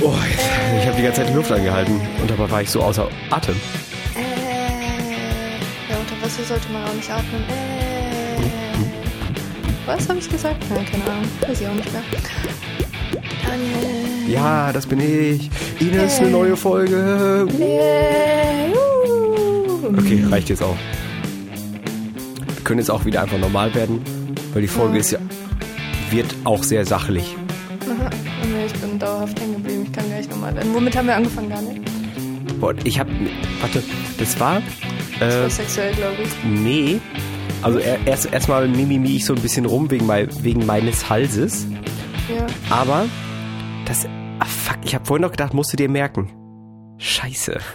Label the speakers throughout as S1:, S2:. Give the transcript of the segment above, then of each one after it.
S1: Oh, jetzt, ich habe die ganze Zeit die Luft angehalten und dabei war ich so außer Atem.
S2: Äh, ja, unter Wasser sollte man auch nicht atmen. Äh, was habe ich gesagt? Nein, keine Ahnung. Weiß ich auch nicht mehr. Daniel.
S1: Ja, das bin ich. Ines, eine neue Folge.
S2: Äh, uh.
S1: Okay, reicht jetzt auch. Wir können jetzt auch wieder einfach normal werden, weil die Folge ist ja wird auch sehr sachlich.
S2: Aha. Oh nee, Ich bin dauerhaft hängen geblieben. Ich kann gleich nochmal werden. Womit haben wir angefangen, Daniel?
S1: Boah, ich habe warte, das war
S2: Das
S1: äh,
S2: war sexuell, glaube ich.
S1: Nee. Also er- erst erstmal mimimi ich so ein bisschen rum wegen, mei- wegen meines Halses.
S2: Ja.
S1: Aber das. Ah fuck, ich habe vorhin noch gedacht, musst du dir merken. Scheiße.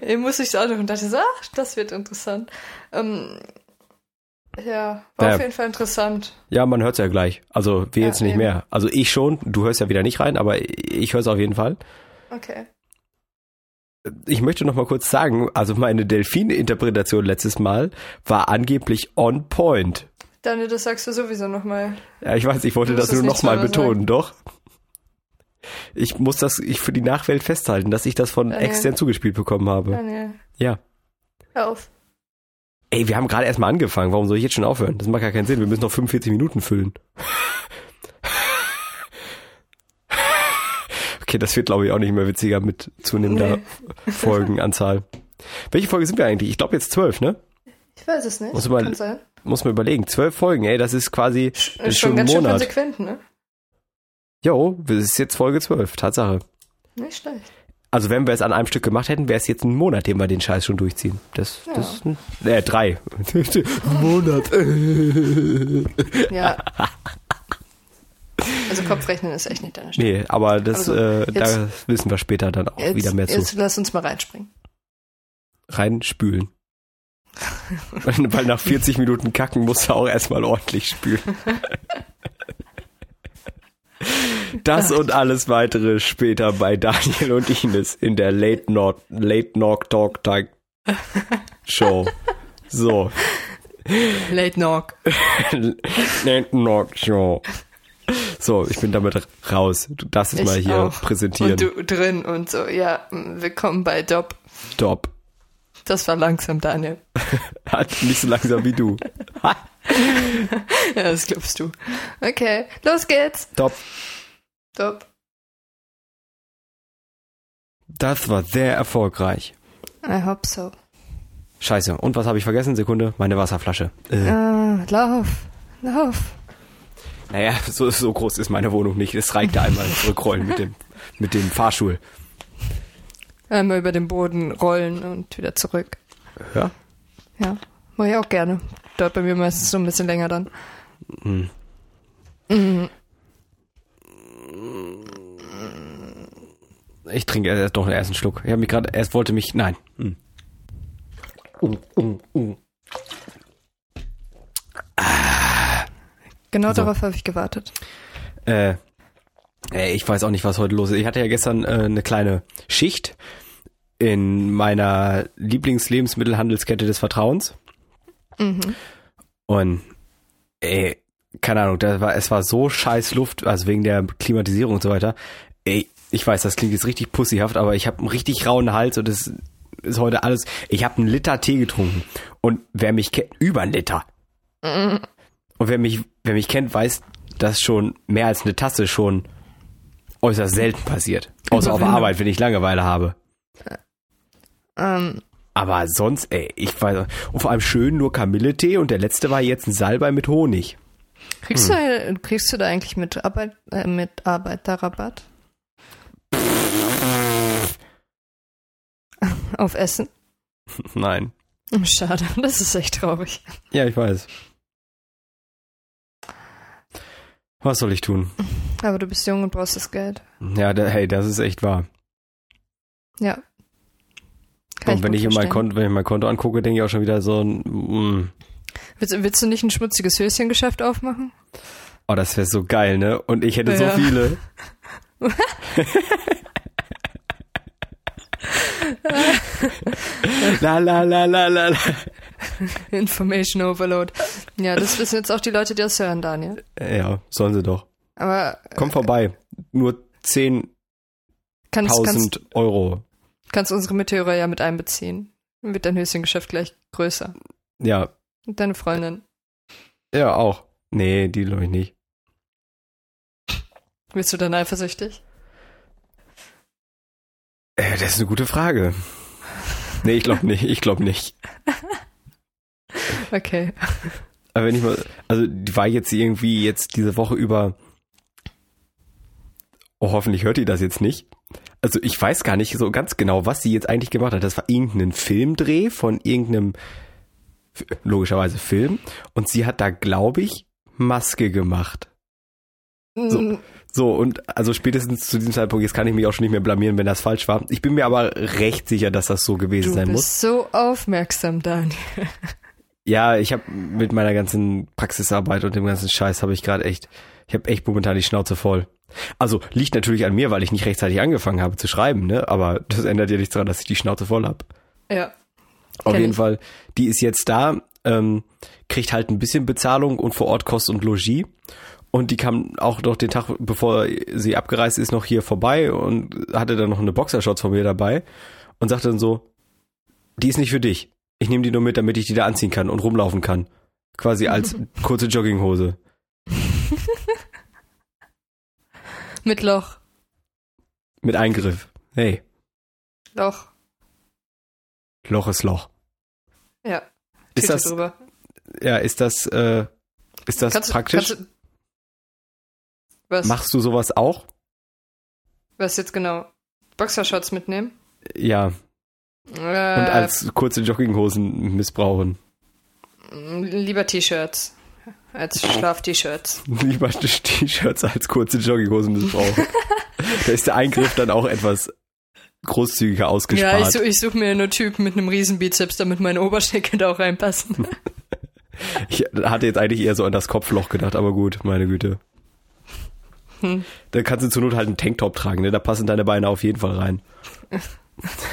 S2: Ich muss ich auch noch und dachte, so, ach, das wird interessant. Ähm, ja, war
S1: Ja.
S2: auf jeden Fall interessant.
S1: Ja, man hört's ja gleich. Also wir
S2: Ja,
S1: jetzt nicht
S2: eben.
S1: mehr. Also ich schon, du hörst ja wieder nicht rein, aber ich hör's auf jeden Fall.
S2: Okay.
S1: Ich möchte noch mal kurz sagen, also meine Delfin-Interpretation letztes Mal war angeblich on point.
S2: Daniel, das sagst du sowieso nochmal.
S1: Ja, ich weiß, ich wollte
S2: Du musst
S1: das nur
S2: es
S1: noch
S2: nicht
S1: mal
S2: zweimal sagen.
S1: betonen, doch. Ich muss das ich für die Nachwelt festhalten, dass ich das von
S2: Ja, ja.
S1: extern zugespielt bekommen habe.
S2: Daniel,
S1: Ja.
S2: hör auf.
S1: Ey, wir haben gerade erstmal angefangen. Warum soll ich jetzt schon aufhören? Das macht gar keinen Sinn. Wir müssen noch 45 Minuten füllen. Okay, das wird, glaube ich, auch nicht mehr witziger mit zunehmender Folgenanzahl. Welche Folge sind wir eigentlich? Ich glaube jetzt zwölf, ne?
S2: Ich weiß es nicht.
S1: Muss man-
S2: Kann sein.
S1: Muss man überlegen. Zwölf Folgen, ey, das ist quasi das
S2: Ist
S1: ist schon ein
S2: ganz schön
S1: Monat.
S2: konsequent, ne?
S1: Jo, das ist jetzt Folge zwölf, Tatsache.
S2: Nicht schlecht.
S1: Also wenn wir es an einem Stück gemacht hätten, wäre es jetzt ein Monat, den wir den Scheiß schon durchziehen. Das,
S2: Ja.
S1: das, äh, drei. Ein Monat.
S2: Ja. also Kopfrechnen ist echt nicht deine Stärke.
S1: Nee, aber das,
S2: Also,
S1: äh, da
S2: jetzt-
S1: wissen wir später dann auch wieder mehr zu.
S2: jetzt lass uns mal reinspringen.
S1: Reinspülen. Weil weil nach 40 Minuten kacken musst du auch erstmal ordentlich spülen. Das und alles weitere später bei Daniel und Ines in der Late Not Late Knock Talk Time Show. So.
S2: Late Knock.
S1: Late Knock Show. So, ich bin damit raus. Du darfst es
S2: Ich
S1: mal hier
S2: auch.
S1: präsentieren.
S2: Und du drin und so. Ja, mm, willkommen bei Job.
S1: Top.
S2: Das war langsam, Daniel.
S1: Hat nicht so langsam wie du.
S2: Ja, das glaubst du. Okay, los geht's.
S1: Top.
S2: Job.
S1: Das war sehr erfolgreich.
S2: I hope so.
S1: Scheiße. Und was habe ich vergessen? Sekunde, meine Wasserflasche. Äh.
S2: Ah, lauf. Lauf.
S1: Naja, so, so groß ist meine Wohnung nicht. Es reicht da einmal zurückrollen mit dem, mit dem Fahrstuhl.
S2: Einmal über den Boden rollen und wieder zurück.
S1: Ja?
S2: Ja, mache ich auch gerne. Dauert bei mir meistens so ein bisschen länger dann.
S1: Hm.
S2: Mhm.
S1: Ich trinke erst doch erst einen Schluck. Ich habe mich gerade, erst wollte mich, nein. Hm. Mm, mm, mm.
S2: Genau
S1: So.
S2: darauf habe ich gewartet.
S1: Äh, ey, ich weiß auch nicht, was heute los ist. Ich hatte ja gestern äh, eine kleine Schicht in meiner Lieblingslebensmittelhandelskette des Vertrauens.
S2: Mhm.
S1: Und ey, keine Ahnung, da war, es war so scheiß Luft, also wegen der Klimatisierung und so weiter. Ey, ich weiß, das klingt jetzt richtig pussyhaft, aber ich habe einen richtig rauen Hals und es ist heute alles. Ich habe einen Liter Tee getrunken und wer mich kennt, über einen Liter. Und wer mich, wer mich kennt, weiß, dass schon mehr als eine Tasse schon äußerst selten passiert. Außer auf der
S2: Überwindung.
S1: Arbeit, wenn ich Langeweile habe.
S2: Ähm,
S1: Aber sonst, ey, ich weiß. Und vor allem schön nur Kamilletee und der letzte war jetzt ein Salbei mit Honig.
S2: kriegst, du, kriegst du da eigentlich mit Arbeit, äh, mit Arbeiterrabatt? Auf Essen?
S1: Nein.
S2: Schade, das ist echt traurig.
S1: Ja, ich weiß. Was soll ich tun?
S2: Aber du bist jung und brauchst das Geld.
S1: Ja, da, hey, das ist echt wahr.
S2: Ja.
S1: und wenn
S2: gut
S1: ich, in mein
S2: verstehen.
S1: Konto, wenn ich mein Konto angucke, denke ich auch schon wieder so ein, mm,
S2: Willst, willst du nicht ein schmutziges Höschengeschäft aufmachen?
S1: oh, das wäre so geil, ne? Und ich hätte so
S2: Ja.
S1: viele. la la la la la la.
S2: Information Overload. Ja, das wissen jetzt auch die Leute, die das hören, Daniel.
S1: Ja, sollen sie doch.
S2: Aber
S1: Komm vorbei. Nur 10.000
S2: kannst, kannst,
S1: Euro.
S2: kannst unsere Mitteilhörer ja mit einbeziehen. Dann Wird dein Höschengeschäft gleich größer.
S1: Ja,
S2: Und deine Freundin.
S1: ja, auch. Nee, die glaube ich nicht.
S2: Bist du dann eifersüchtig?
S1: Äh, das ist eine gute Frage. Nee, ich glaube nicht. Ich glaube nicht.
S2: Okay.
S1: Aber wenn ich mal, also die war jetzt irgendwie jetzt diese Woche über. Oh, hoffentlich hört die das jetzt nicht. Also ich weiß gar nicht so ganz genau, was sie jetzt eigentlich gemacht hat. Das war irgendein Filmdreh von irgendeinem, logischerweise Film. Und sie hat da, glaube ich, Maske gemacht.
S2: Mm,
S1: So. So, und also spätestens zu diesem Zeitpunkt, jetzt kann ich mich auch schon nicht mehr blamieren, wenn das falsch war. Ich bin mir aber recht sicher, dass das so gewesen
S2: Du bist
S1: sein muss.
S2: so aufmerksam, Daniel.
S1: Ja, ich habe mit meiner ganzen Praxisarbeit und dem ganzen Scheiß habe ich gerade echt, ich habe echt momentan die Schnauze voll. Also liegt natürlich an mir, weil ich nicht rechtzeitig angefangen habe zu schreiben, ne? Aber das ändert ja nichts daran, dass ich die Schnauze voll hab.
S2: Ja.
S1: Auf
S2: Kenn
S1: jeden
S2: ich.
S1: Fall, die ist jetzt da, ähm, kriegt halt ein bisschen Bezahlung und vor Ort Kost und Logis. Und die kam auch noch den Tag, bevor sie abgereist ist, noch hier vorbei und hatte dann noch eine Boxershorts von mir dabei und sagte dann so, die ist nicht für dich. Ich nehme die nur mit, damit ich die da anziehen kann und rumlaufen kann. Quasi als kurze Jogginghose.
S2: Mit Loch.
S1: Mit Eingriff. Hey,
S2: Loch.
S1: Loch ist Loch.
S2: Ja.
S1: Ist
S2: Tüte
S1: das,
S2: drüber.
S1: ja, ist das, äh, ist das
S2: Kannst du-
S1: praktisch?
S2: kannst du- was,
S1: Machst du sowas auch?
S2: was jetzt genau? Boxershorts mitnehmen?
S1: Ja.
S2: Äh,
S1: Und als kurze Jogginghosen missbrauchen.
S2: lieber T-Shirts. Als
S1: Oh.
S2: Schlaf-T-Shirts.
S1: lieber T-Shirts als kurze Jogginghosen missbrauchen. da ist der Eingriff dann auch etwas großzügiger
S2: Ja, ich,
S1: ausgespart.
S2: such- ich suche mir nur Typen mit einem Riesenbizeps, damit meine Oberschenkel da auch reinpassen.
S1: ich, hatte jetzt eigentlich eher so an das Kopfloch gedacht, aber gut, meine Güte.
S2: Hm.
S1: Da kannst du zur Not halt einen Tanktop tragen, ne? Da passen deine Beine auf jeden Fall rein.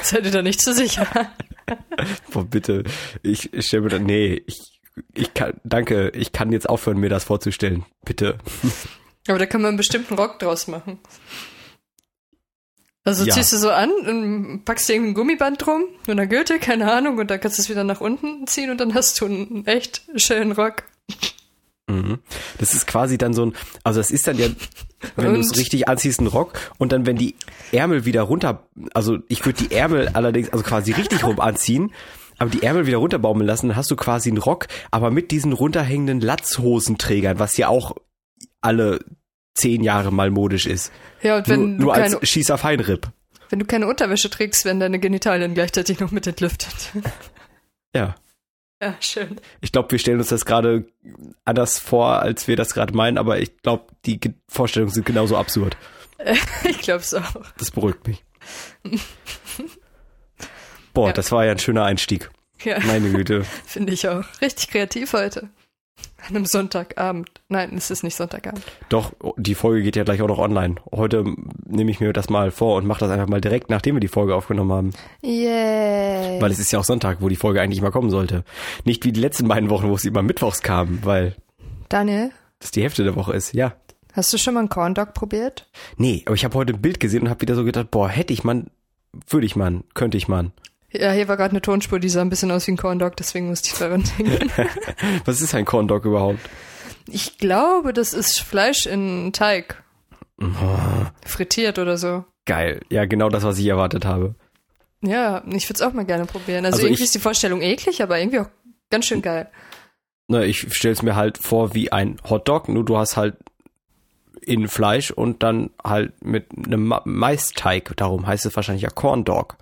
S2: Seid ihr da nicht so sicher?
S1: Boah, bitte. Ich, ich stelle mir dann, nee, ich, ich kann, danke, ich kann jetzt aufhören, mir das vorzustellen. Bitte.
S2: Aber da kann man bestimmt einen Rock draus machen. Also
S1: Ja.
S2: ziehst du so an und packst dir irgendein Gummiband drum und eine Gürtel, keine Ahnung, und dann kannst du es wieder nach unten ziehen und dann hast du einen echt schönen Rock.
S1: Mhm. Das ist quasi dann so ein, also das ist dann ja, wenn du es
S2: Und?
S1: richtig anziehst, ein Rock und dann, wenn die Ärmel wieder runter, also ich würde die Ärmel allerdings, also quasi richtig rum anziehen, aber die Ärmel wieder runterbaumeln lassen, dann hast du quasi einen Rock, aber mit diesen runterhängenden Latzhosenträgern, was ja auch alle zehn Jahre mal modisch ist.
S2: Ja, und
S1: Nur,
S2: wenn, du,
S1: nur als
S2: keine,
S1: Schießer Feinripp.
S2: wenn du keine Unterwäsche trägst, werden deine Genitalien gleichzeitig noch mit entlüftet.
S1: Ja.
S2: ja, schön.
S1: Ich glaube, wir stellen uns das gerade anders vor, als wir das gerade meinen, aber ich glaube, die Ge- Vorstellungen sind genauso absurd.
S2: Ich glaub's auch.
S1: Das beruhigt mich. Boah,
S2: Ja.
S1: das war ja ein schöner Einstieg.
S2: Ja,
S1: Meine Güte.
S2: finde ich auch. Richtig kreativ heute. An einem Sonntagabend. Nein, es ist nicht Sonntagabend.
S1: Doch, die Folge geht ja gleich auch noch online. Heute nehme ich mir das mal vor und mache das einfach mal direkt, nachdem wir die Folge aufgenommen haben.
S2: Yay.
S1: Weil es ist ja auch Sonntag, wo die Folge eigentlich mal kommen sollte. Nicht wie die letzten beiden Wochen, wo es immer mittwochs kam, weil
S2: Daniel,
S1: das die Hälfte der Woche ist, ja.
S2: hast du schon mal einen Corn Dog probiert?
S1: Nee, aber ich habe heute ein Bild gesehen und habe wieder so gedacht, boah, hätte ich man, würde ich man, könnte ich man.
S2: Ja, hier war gerade eine Tonspur, die sah ein bisschen aus wie ein Corn Dog, deswegen musste ich daran denken.
S1: Was ist ein Corn Dog überhaupt?
S2: Ich glaube, das ist Fleisch in Teig. Frittiert oder so.
S1: Geil. Ja, genau das, was ich erwartet habe.
S2: Ja, ich würde es auch mal gerne probieren. Also,
S1: Also
S2: irgendwie
S1: ich-
S2: ist die Vorstellung eklig, aber irgendwie auch ganz schön geil.
S1: Na, ich stell's mir halt vor wie ein Hotdog, nur du hast halt in Fleisch und dann halt mit einem Ma Maisteig, darum heißt es wahrscheinlich ja Corn Dog.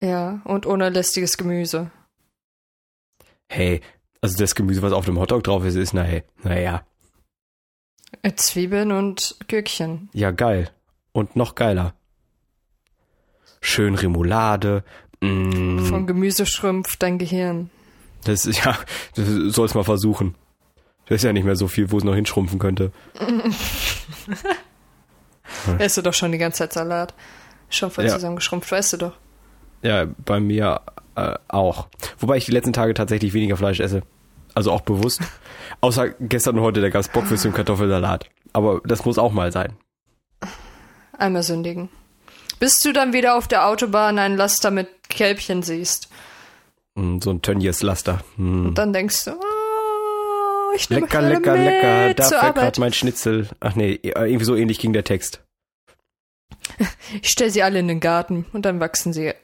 S2: Ja, und ohne lästiges Gemüse.
S1: Hey, also das Gemüse, was auf dem Hotdog drauf ist, ist, na hey, naja,
S2: Äh, Zwiebeln und Gürkchen.
S1: ja geil. Und noch geiler. Schön Remoulade. Mm,
S2: Von Gemüse schrumpft dein Gehirn.
S1: das ist ja, das soll's mal versuchen. Das ist ja nicht mehr so viel, wo es noch hinschrumpfen könnte.
S2: Esst du doch schon die ganze Zeit Salat. Schon voll
S1: Ja.
S2: zusammengeschrumpft, weißt du doch.
S1: Ja, bei mir äh, auch. Wobei ich die letzten Tage tatsächlich weniger Fleisch esse. Also auch bewusst. Außer gestern und heute, da gab es Bockwürste und Kartoffelsalat. Aber das muss auch mal sein.
S2: Einmal sündigen. Bis du dann wieder auf der Autobahn einen Laster mit Kälbchen siehst.
S1: Hm, So ein tönnies Laster. Hm.
S2: Dann denkst du, oh, ich nehme
S1: Lecker,
S2: alle
S1: lecker,
S2: mit
S1: lecker. Da
S2: zur
S1: fällt
S2: Arbeit.
S1: gerade mein Schnitzel. Ach nee, irgendwie so ähnlich ging der Text.
S2: Ich stelle sie alle in den Garten und dann wachsen sie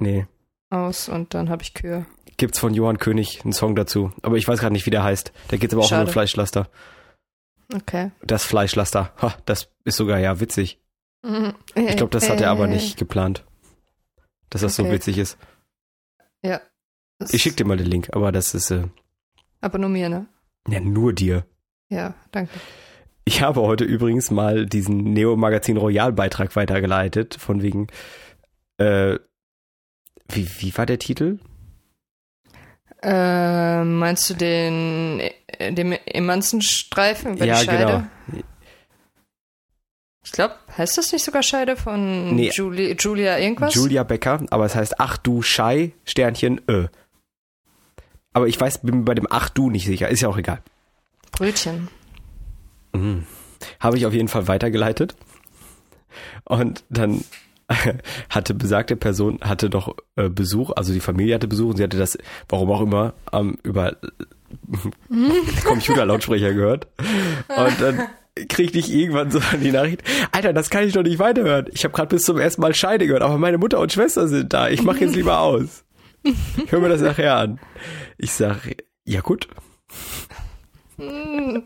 S1: Nee.
S2: aus und dann habe ich Kühe.
S1: Gibt's von Johann König einen Song dazu. Aber ich weiß gerade nicht, wie der heißt. Da geht's aber auch um
S2: Schade.
S1: den Fleischlaster.
S2: Okay.
S1: Das Fleischlaster. Ha, das ist sogar ja witzig.
S2: Mhm.
S1: Ich glaube, das hat er aber nicht geplant. Dass das so
S2: Äh, Okay.
S1: witzig ist.
S2: Ja.
S1: Ich schick dir mal den Link, aber das ist äh,
S2: Aber nur mir, ne?
S1: ja nur dir.
S2: Ja, danke.
S1: Ich habe heute übrigens mal diesen Neo-Magazin Royal-Beitrag weitergeleitet, von wegen, äh, wie, wie war der Titel?
S2: Ähm, meinst du den, äh, dem Emanzenstreifen über
S1: Ja,
S2: die Scheide?
S1: genau.
S2: Ich glaube, heißt das nicht sogar Scheide von
S1: Nee.
S2: Julie, Julia irgendwas?
S1: Julia Becker, aber es heißt Ach du Schei, Sternchen, Ö. Aber ich weiß, bin mir bei dem Ach du nicht sicher, ist ja auch egal.
S2: Brötchen.
S1: Mhm. Habe ich auf jeden Fall weitergeleitet. Und dann hatte besagte Person, hatte doch äh, Besuch, also die Familie hatte Besuch und sie hatte das, warum auch immer, am über Computerlautsprecher gehört. Und dann kriegte ich irgendwann so die Nachricht, Alter, das kann ich doch nicht weiterhören. Ich habe gerade bis zum ersten Mal Scheide gehört, aber meine Mutter und Schwester sind da. Ich mache jetzt lieber aus. Ich höre mir das nachher an. Ich sag, ja gut,
S2: Hm,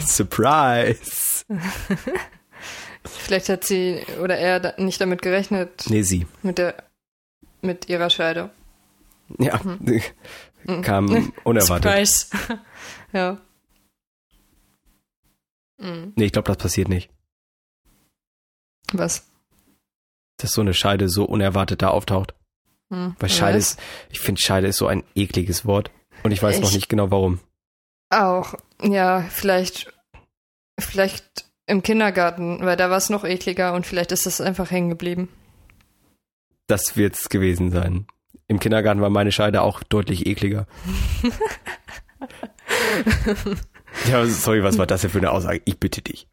S1: surprise.
S2: vielleicht hat sie oder er da nicht damit gerechnet,
S1: Nee, sie.
S2: mit der, mit ihrer Scheide.
S1: Ja, kam unerwartet.
S2: Mhm. Surprise. ja. Hm,
S1: Nee, ich glaube, das passiert nicht.
S2: was?
S1: Dass so eine Scheide so unerwartet da auftaucht.
S2: Hm,
S1: Weil Scheide
S2: was?
S1: ist, ich finde Scheide ist so ein ekliges Wort. Und ich weiß noch
S2: Ich-
S1: nicht genau warum.
S2: Auch, ja, vielleicht, vielleicht im Kindergarten, weil da war es noch ekliger und vielleicht ist es einfach hängen geblieben.
S1: Das wird's gewesen sein. Im Kindergarten war meine Scheide auch deutlich ekliger. ja, sorry, was war das denn für eine Aussage? Ich bitte dich.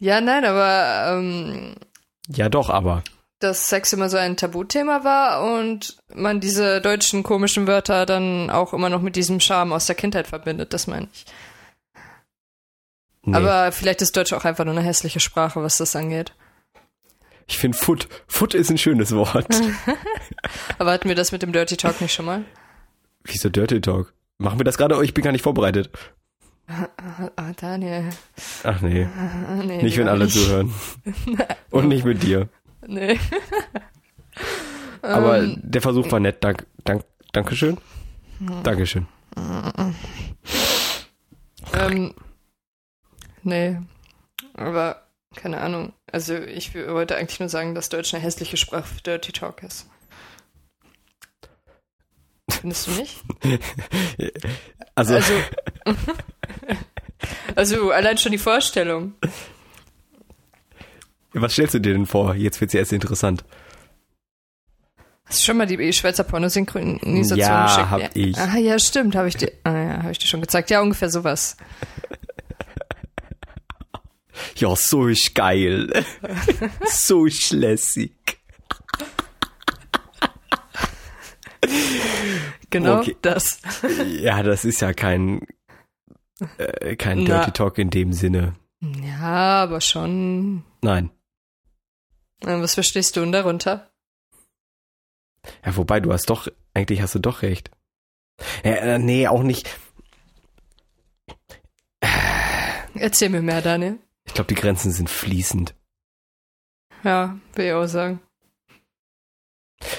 S2: Ja, nein, aber ähm,
S1: Ja, doch, aber.
S2: dass Sex immer so ein Tabuthema war und man diese deutschen komischen Wörter dann auch immer noch mit diesem Charme aus der Kindheit verbindet, das meine ich.
S1: Nee.
S2: Aber vielleicht ist Deutsch auch einfach nur eine hässliche Sprache, was das angeht.
S1: ich finde Foot. Foot ist ein schönes Wort.
S2: Aber hatten wir das mit dem Dirty Talk nicht schon mal?
S1: Wieso Dirty Talk? Machen wir das gerade? Oh, ich bin gar nicht vorbereitet.
S2: Ah, ah, Daniel.
S1: Ach nee.
S2: Ah, nee,
S1: Nicht, wenn
S2: lieber
S1: alle zuhören. Und nicht mit dir.
S2: Nee. Ähm,
S1: Aber der Versuch war nett. Dank, dank, Dankeschön. Dankeschön.
S2: Ähm, nee. Aber keine Ahnung. Also ich w- wollte eigentlich nur sagen, dass Deutsch eine hässliche Sprache für Dirty Talk ist. Findest du nicht?
S1: Also,
S2: Also, also allein schon die Vorstellung.
S1: was stellst du dir denn vor? Jetzt wird's ja erst interessant.
S2: Hast du schon mal die Schweizer Pornosynchronisation
S1: Ja,
S2: geschickt?
S1: hab ich.
S2: Ah, ja, stimmt, habe ich dir. Ah ja, habe ich dir schon gezeigt. Ja, ungefähr sowas.
S1: Ja, so ist geil. so ist lässig.
S2: Genau
S1: Okay.
S2: das.
S1: Ja, das ist ja kein, äh, kein
S2: Na.
S1: Dirty Talk in dem Sinne.
S2: Ja, aber schon.
S1: Nein.
S2: Äh, Was verstehst du denn darunter?
S1: Ja, wobei, du hast doch, eigentlich hast du doch recht. Ja, äh, nee, auch nicht.
S2: Erzähl mir mehr, Daniel.
S1: Ich glaube, die Grenzen sind fließend.
S2: Ja, will ich auch sagen.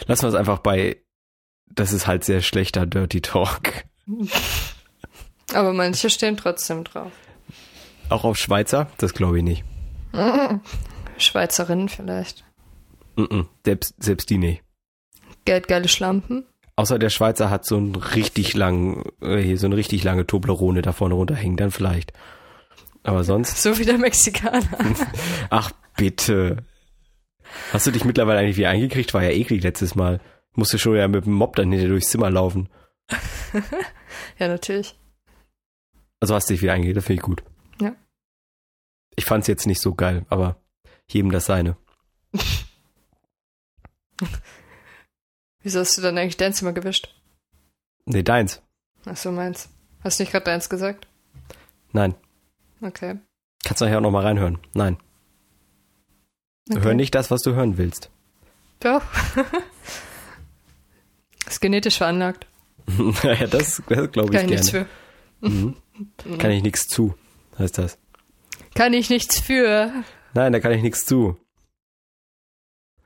S1: Lassen wir es einfach bei, das ist halt sehr schlechter Dirty Talk.
S2: Aber manche stehen trotzdem drauf.
S1: Auch auf Schweizer? Das glaube ich nicht.
S2: Schweizerinnen vielleicht.
S1: Mm-mm. Selbst, selbst die nicht.
S2: Geldgeile Schlampen.
S1: Außer der Schweizer hat so einen richtig langen, äh, hier so eine richtig lange Toblerone da vorne runterhängen, dann vielleicht. Aber sonst,
S2: So wie der Mexikaner.
S1: ach bitte. Hast du dich mittlerweile eigentlich wieder eingekriegt? War ja eklig letztes Mal. Musste schon ja mit dem Mob dann hinter durchs Zimmer laufen.
S2: ja, natürlich.
S1: Also hast du dich wieder eingekriegt, das finde ich gut.
S2: Ja.
S1: Ich fand's jetzt nicht so geil, aber jedem das seine.
S2: Wieso hast du dann eigentlich dein Zimmer gewischt?
S1: Nee, deins.
S2: Ach so, meins. Hast du nicht gerade deins gesagt?
S1: Nein.
S2: Okay.
S1: Kannst nachher auch nochmal reinhören. Nein.
S2: okay.
S1: Hör nicht das, was du hören willst.
S2: Doch. Ist genetisch veranlagt.
S1: ja, das, das glaube ich
S2: Kann ich ne?
S1: gerne.
S2: nichts für.
S1: Mhm. Kann ich nichts zu, heißt das.
S2: Kann ich nichts für.
S1: Nein, da kann ich nichts zu.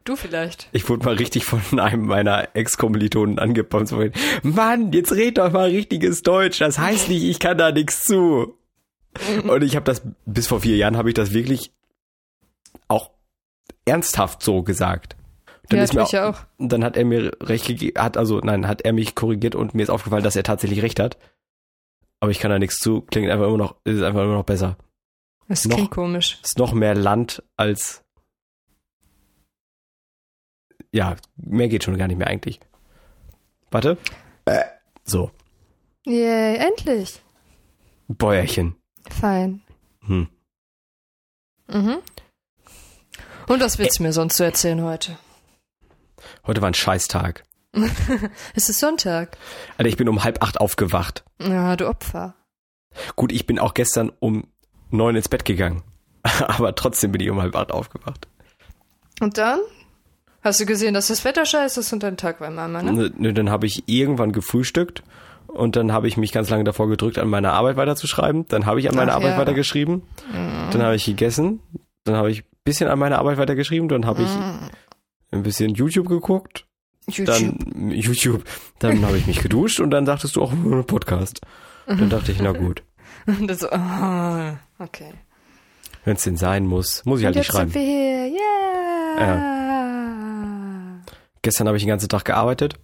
S2: Du vielleicht.
S1: Ich wurde mal richtig von einem meiner Ex-Kommilitonen angepumpt. So, Mann, jetzt red doch mal richtiges Deutsch. Das heißt nicht, ich kann da nichts zu.
S2: Mhm.
S1: Und ich habe das, bis vor vier Jahren habe ich das wirklich auch ernsthaft so gesagt.
S2: ja,
S1: mir
S2: tue ich ja auch.
S1: Und dann hat er mir recht gegeben, hat also, nein, hat er mich korrigiert und mir ist aufgefallen, dass er tatsächlich recht hat. Aber ich kann da nichts zu, klingt einfach immer noch, ist einfach immer noch besser.
S2: Das
S1: Noch-
S2: klingt komisch.
S1: Ist noch mehr Land als, ja, mehr geht schon gar nicht mehr eigentlich. Warte. Äh, So,
S2: Yay, endlich.
S1: Bäuerchen.
S2: Fein.
S1: Hm.
S2: Mhm. Und was willst du mir sonst so erzählen heute?
S1: Heute war ein Scheißtag.
S2: Es ist Sonntag.
S1: Alter, ich bin um halb acht aufgewacht.
S2: Ja, du Opfer.
S1: Gut, ich bin auch gestern um neun ins Bett gegangen. Aber trotzdem bin ich um halb acht aufgewacht.
S2: Und dann? Hast du gesehen, dass das Wetter scheiße ist und dein Tag war im Eimer, ne?
S1: Nö, nö, dann habe ich irgendwann gefrühstückt und dann habe ich mich ganz lange davor gedrückt, an meiner Arbeit weiterzuschreiben. Dann habe ich an meiner
S2: Ach
S1: Arbeit
S2: ja. Mhm.
S1: weitergeschrieben. Dann habe ich gegessen. Dann habe ich ein bisschen an meiner Arbeit weitergeschrieben. Dann habe ich ein bisschen YouTube geguckt.
S2: Mhm. YouTube.
S1: Dann YouTube. Dann habe ich mich geduscht und dann sagtest du auch Podcast. Dann dachte ich, na
S2: Mhm.
S1: gut,
S2: Und das, oh, okay.
S1: wenn es denn sein muss, muss ich halt
S2: und
S1: nicht
S2: jetzt
S1: schreiben.
S2: sind wir hier. Yeah.
S1: Gestern habe ich den ganzen Tag gearbeitet.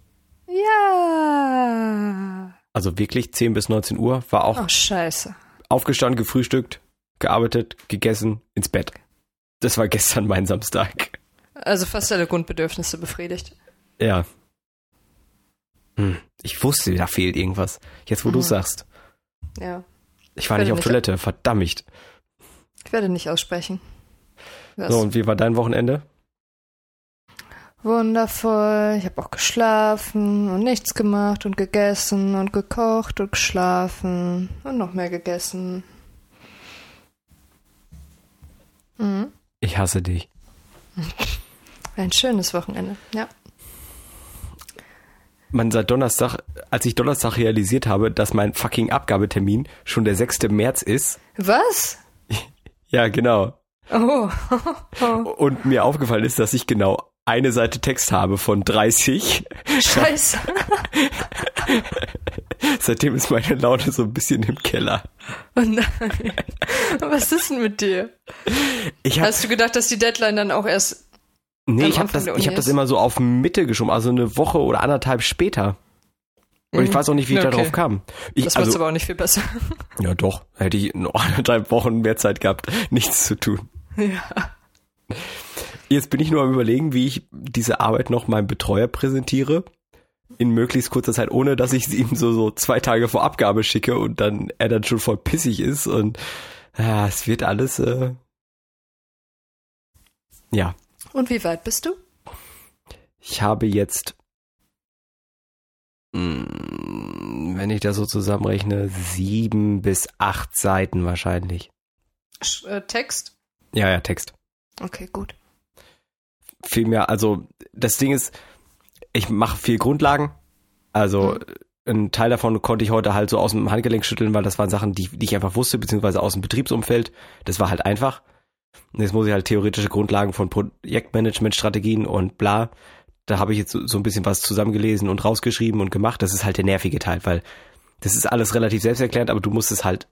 S2: Ja. Ja.
S1: Also wirklich 10 bis 19 Uhr. War auch
S2: Oh, scheiße.
S1: aufgestanden, gefrühstückt, gearbeitet, gegessen, ins Bett. Das war gestern mein Samstag.
S2: Also fast alle Grundbedürfnisse befriedigt.
S1: Ja. Hm. Ich wusste, da fehlt irgendwas. Jetzt, wo du sagst.
S2: Ja.
S1: Ich war
S2: Werde
S1: nicht auf
S2: nicht-
S1: Toilette, verdammt.
S2: Ich werde nicht aussprechen. Das
S1: So, und wie war dein Wochenende?
S2: wundervoll. Ich habe auch geschlafen und nichts gemacht und gegessen und gekocht und geschlafen und noch mehr gegessen. Mhm.
S1: Ich hasse dich.
S2: Ein schönes Wochenende. Ja.
S1: Man seit Donnerstag, als ich Donnerstag realisiert habe, dass mein fucking Abgabetermin schon der 6. März ist.
S2: Was?
S1: Ja, genau.
S2: Oh.
S1: Und mir aufgefallen ist, dass ich genau eine Seite Text habe von 30.
S2: Scheiße.
S1: Seitdem ist meine Laune so ein bisschen im Keller.
S2: Oh nein. Was ist denn mit dir?
S1: Ich hab-
S2: Hast du gedacht, dass die Deadline dann auch erst.
S1: Nee,
S2: Am
S1: ich habe
S2: Anfang
S1: das,
S2: der
S1: ich
S2: Uni
S1: hab das
S2: ist.
S1: immer so auf Mitte geschoben, also eine Woche oder anderthalb später. Und ich weiß auch nicht, wie ich
S2: Mhm. Okay.
S1: darauf kam. Ich,
S2: Das macht's
S1: also,
S2: aber auch nicht viel besser.
S1: ja doch, hätte ich noch anderthalb Wochen mehr Zeit gehabt, nichts zu tun.
S2: ja.
S1: Jetzt bin ich nur am überlegen, wie ich diese Arbeit noch meinem Betreuer präsentiere. In möglichst kurzer Zeit, ohne dass ich sie ihm so, so zwei Tage vor Abgabe schicke und dann er dann schon voll pissig ist und ja, es wird alles äh, ja.
S2: Und wie weit bist du?
S1: ich habe jetzt, mm, wenn ich das so zusammenrechne, sieben bis acht Seiten wahrscheinlich.
S2: Sch äh, Text?
S1: Ja, ja, Text.
S2: Okay, gut.
S1: Viel mehr, also das Ding ist, ich mache viel Grundlagen. Also
S2: Mhm.
S1: ein Teil davon konnte ich heute halt so aus dem Handgelenk schütteln, weil das waren Sachen, die, die ich einfach wusste, beziehungsweise aus dem Betriebsumfeld. Das war halt einfach. Und jetzt muss ich halt theoretische Grundlagen von Projektmanagement-Strategien und bla. Da habe ich jetzt so so ein bisschen was zusammengelesen und rausgeschrieben und gemacht. Das ist halt der nervige Teil, weil das ist alles relativ selbsterklärend, aber du musst es halt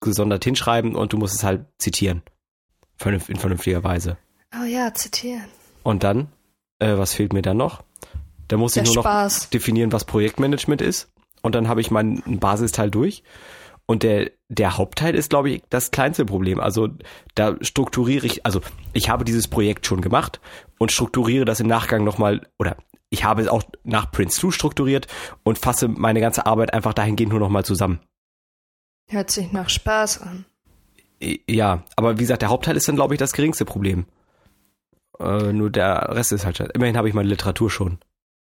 S1: gesondert hinschreiben und du musst es halt zitieren. Vernünft- In vernünftiger Weise.
S2: Oh ja, zitieren.
S1: Und dann, äh, was fehlt mir dann noch? Da muss
S2: Der
S1: ich nur noch
S2: Spaß.
S1: definieren, was Projektmanagement ist. Und dann habe ich meinen Basisteil durch. Und der, der Hauptteil ist, glaube ich, das kleinste Problem. Also da strukturiere ich, also ich habe dieses Projekt schon gemacht und strukturiere das im Nachgang nochmal, oder ich habe es auch nach Prince 2 strukturiert und fasse meine ganze Arbeit einfach dahingehend nur nochmal zusammen.
S2: Hört sich nach Spaß an.
S1: Ja, aber wie gesagt, der Hauptteil ist dann, glaube ich, das geringste Problem. Äh, nur der Rest ist halt. Immerhin habe ich meine Literatur schon.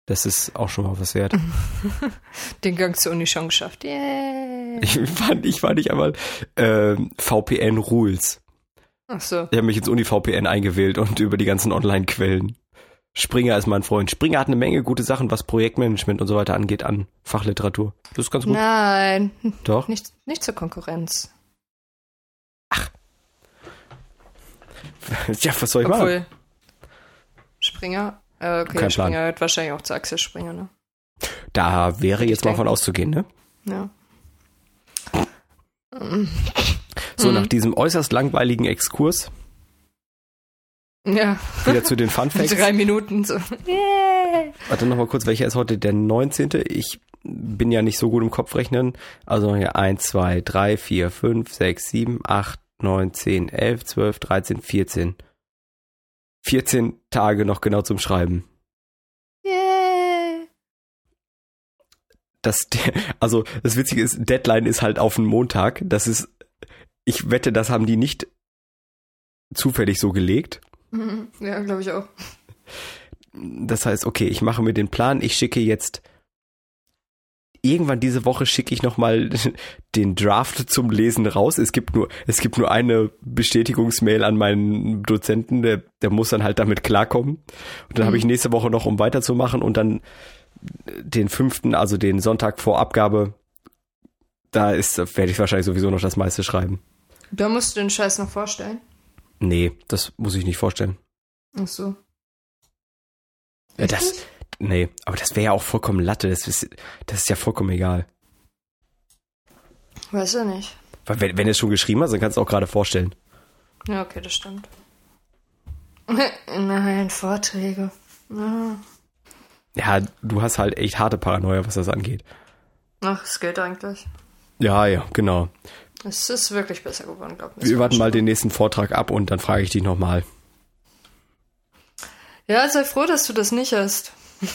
S1: Das ist auch schon mal was wert.
S2: Mhm. Den Gang zur Uni schon geschafft. Yay.
S1: Ich fand, ich war nicht einmal ähm, VPN Rules.
S2: Ach so.
S1: Ich habe mich ins Uni-VPN eingewählt und über die ganzen Online-Quellen. Springer ist mein Freund. Springer hat eine Menge gute Sachen, was Projektmanagement und so weiter angeht, an Fachliteratur. Das ist ganz gut.
S2: Nein,
S1: Doch.
S2: nicht, nicht zur Konkurrenz.
S1: Ja, was soll ich machen?
S2: Obwohl, Springer, äh, okay,
S1: Kein Plan.
S2: Springer hört wahrscheinlich auch zu Axel Springer, ne?
S1: Da wäre
S2: Ich
S1: jetzt mal
S2: denke.
S1: von auszugehen, ne?
S2: Ja.
S1: So,
S2: Mhm.
S1: nach diesem äußerst langweiligen Exkurs,
S2: Ja,
S1: wieder zu den Fun Facts.
S2: drei Minuten so. Yay.
S1: Warte nochmal kurz, welcher ist heute der 19.? Ich bin ja nicht so gut im Kopfrechnen. Also hier 1, 2, 3, 4, 5, 6, 7, 8, 9, 10, 11, 12, 13, 14. 14 Tage noch genau zum Schreiben.
S2: Yay.
S1: Das, also das Witzige ist, Deadline ist halt auf den Montag. Das ist, ich wette, das haben die nicht zufällig so gelegt.
S2: Mhm. Ja, glaube ich auch.
S1: das heißt, okay, ich mache mir den Plan, ich schicke jetzt irgendwann diese Woche schicke ich nochmal den Draft zum Lesen raus. Es gibt nur, es gibt nur eine Bestätigungsmail an meinen Dozenten, der, der muss dann halt damit klarkommen. Und dann habe ich nächste Woche noch, um weiterzumachen und dann den fünften, also den Sonntag vor Abgabe, da ist, werde ich wahrscheinlich sowieso noch das meiste schreiben.
S2: Da musst du den Scheiß noch vorstellen.
S1: Nee, das muss ich nicht vorstellen.
S2: Ach so.
S1: Ja, Äh, das, nee, aber das wäre ja auch vollkommen Latte. Das ist, das ist ja vollkommen egal.
S2: Weiß ich nicht.
S1: Weil wenn, wenn du es schon geschrieben hast, dann kannst du auch gerade vorstellen.
S2: Ja, okay, das stimmt. Nein, Vorträge. Ah.
S1: Ja, du hast halt echt harte Paranoia, was das angeht.
S2: Ach, es geht eigentlich.
S1: Ja, ja, genau.
S2: Es ist wirklich besser geworden, glaube ich.
S1: Wir warten mal den nächsten Vortrag ab und dann frage ich dich nochmal.
S2: Ja, sei froh, dass du das nicht hast.